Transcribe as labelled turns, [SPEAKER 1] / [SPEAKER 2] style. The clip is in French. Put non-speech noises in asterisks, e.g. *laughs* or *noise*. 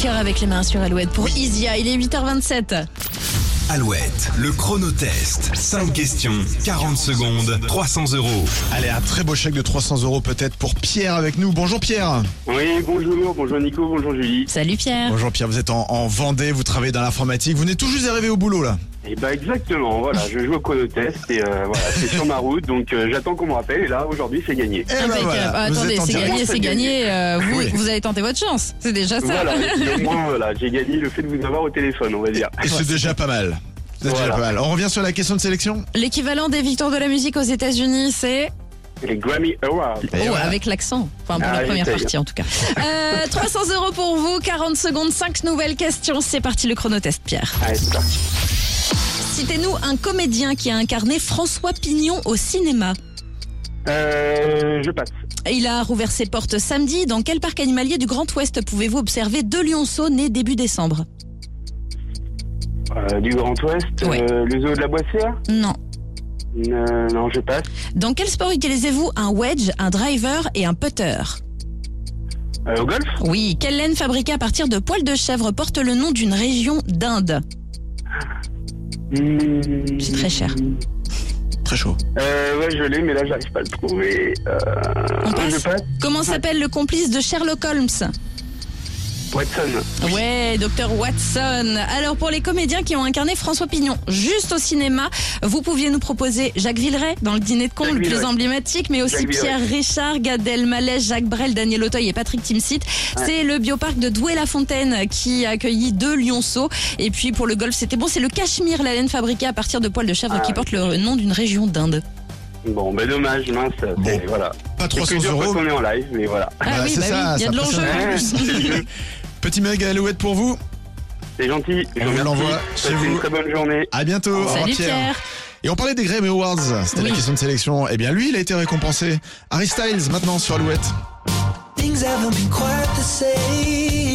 [SPEAKER 1] Cœur avec les mains sur Alouette pour Isia. Il est 8h27.
[SPEAKER 2] Alouette, le chronotest. 5 questions, 40 secondes, 300 euros.
[SPEAKER 3] Allez, un très beau chèque de 300 euros peut-être pour Pierre avec nous.
[SPEAKER 1] *laughs*
[SPEAKER 3] Bonjour Pierre.
[SPEAKER 4] Oui, bonjour, bonjour Nico, bonjour Julie.
[SPEAKER 1] Salut Pierre.
[SPEAKER 3] Bonjour Pierre, vous êtes en, en Vendée, vous travaillez dans l'informatique. Vous venez tout juste d'arriver au boulot là.
[SPEAKER 4] Et bah exactement, voilà, je joue au chronotest et euh, voilà, c'est sur ma route, donc euh, j'attends qu'on me rappelle et là aujourd'hui c'est gagné.
[SPEAKER 3] Eh ben
[SPEAKER 1] Impeccable.
[SPEAKER 3] voilà,
[SPEAKER 1] Ah,
[SPEAKER 3] vous
[SPEAKER 1] attendez,
[SPEAKER 3] êtes en
[SPEAKER 1] c'est
[SPEAKER 3] direct.
[SPEAKER 1] gagné, c'est gagné. Euh, vous,
[SPEAKER 3] Oui.
[SPEAKER 1] vous avez tenté votre chance. C'est déjà ça.
[SPEAKER 4] Voilà, et puis au moins voilà, j'ai gagné le fait de vous avoir au téléphone, on va
[SPEAKER 1] *laughs*
[SPEAKER 4] dire.
[SPEAKER 3] Et c'est déjà pas mal. C'est déjà
[SPEAKER 4] Voilà.
[SPEAKER 3] pas mal. On revient sur la question de sélection
[SPEAKER 1] L'équivalent des victoires de la musique aux États-Unis, c'est.
[SPEAKER 4] Les Grammy Awards.
[SPEAKER 1] Oh,
[SPEAKER 3] Et voilà.
[SPEAKER 1] avec l'accent. Enfin, pour
[SPEAKER 4] Ah,
[SPEAKER 1] la première
[SPEAKER 4] j'essaye.
[SPEAKER 1] partie en tout cas.
[SPEAKER 3] *laughs*
[SPEAKER 1] Euh, 300 euros pour vous, 40 secondes, 5 nouvelles questions. C'est parti le chronotest, Pierre.
[SPEAKER 4] Allez, c'est parti.
[SPEAKER 1] Citez-nous un comédien qui a incarné François Pignon au cinéma.
[SPEAKER 4] Euh, je passe.
[SPEAKER 1] Il a rouvert ses portes samedi. Dans quel parc animalier du Grand Ouest pouvez-vous observer deux lionceaux nés début décembre
[SPEAKER 4] Euh, du Grand Ouest,
[SPEAKER 1] Ouais.
[SPEAKER 4] euh, le zoo de la Boissière
[SPEAKER 1] Non.
[SPEAKER 4] Euh, Non, je passe.
[SPEAKER 1] Dans quel sport utilisez-vous un wedge, un driver et un putter
[SPEAKER 4] Euh, au golf
[SPEAKER 1] Oui, quelle laine fabriquée à partir de poils de chèvre porte le nom d'une région d'Inde
[SPEAKER 4] Hmm.
[SPEAKER 1] Mmh. C'est très cher.
[SPEAKER 3] Très chaud.
[SPEAKER 4] Euh, ouais, je l'ai, mais là j'arrive pas à le trouver. Euh,
[SPEAKER 1] On passe
[SPEAKER 4] je passe.
[SPEAKER 1] Comment s'appelle le complice de Sherlock Holmes
[SPEAKER 4] Watson.
[SPEAKER 1] Ouais, docteur Watson. Alors pour les comédiens qui ont incarné François Pignon juste au cinéma, vous pouviez nous proposer Jacques Villeray dans le dîner de con
[SPEAKER 4] Jacques
[SPEAKER 1] le plus
[SPEAKER 4] Villeray.
[SPEAKER 1] emblématique, mais aussi
[SPEAKER 4] Jacques Villeray.
[SPEAKER 1] Pierre Richard, Gad Elmaleh, Jacques Brel, Daniel Auteuil et Patrick Timsit. C'est le bioparc de Douai-la-Fontaine qui a accueilli deux lionceaux. Et puis pour le golf, c'était bon, c'est le cachemire, la laine fabriquée à partir de poils de chèvre
[SPEAKER 4] Ah,
[SPEAKER 1] qui
[SPEAKER 4] oui.
[SPEAKER 1] porte le nom d'une région d'Inde.
[SPEAKER 4] Bon, ben dommage, mince. mais Voilà.
[SPEAKER 3] Pas
[SPEAKER 4] C'est
[SPEAKER 3] 300
[SPEAKER 4] plusieurs fois
[SPEAKER 3] euros.
[SPEAKER 4] qu'on est en live, mais voilà.
[SPEAKER 1] Ah
[SPEAKER 3] Bah,
[SPEAKER 1] oui,
[SPEAKER 3] c'est
[SPEAKER 1] bah
[SPEAKER 3] ça,
[SPEAKER 1] oui, il y a
[SPEAKER 3] ça
[SPEAKER 1] de
[SPEAKER 3] passe
[SPEAKER 1] l'enjeu.
[SPEAKER 4] *laughs* Ouais, c'est mieux.
[SPEAKER 3] *laughs* Petit méga alouette pour vous.
[SPEAKER 4] C'est gentil. Je
[SPEAKER 3] On vous
[SPEAKER 4] vous
[SPEAKER 3] l'envoie
[SPEAKER 4] remercie.
[SPEAKER 3] chez
[SPEAKER 4] Passez
[SPEAKER 3] vous.
[SPEAKER 4] une très bonne journée.
[SPEAKER 3] À bientôt. Au revoir,
[SPEAKER 1] Salut Pierre.
[SPEAKER 3] Et on parlait des Grammy Awards. C'était la
[SPEAKER 1] Oui.
[SPEAKER 3] question de sélection. Eh bien, lui, il a été récompensé. Harry Styles, maintenant sur Alouette.
[SPEAKER 5] Things haven't been quite the same.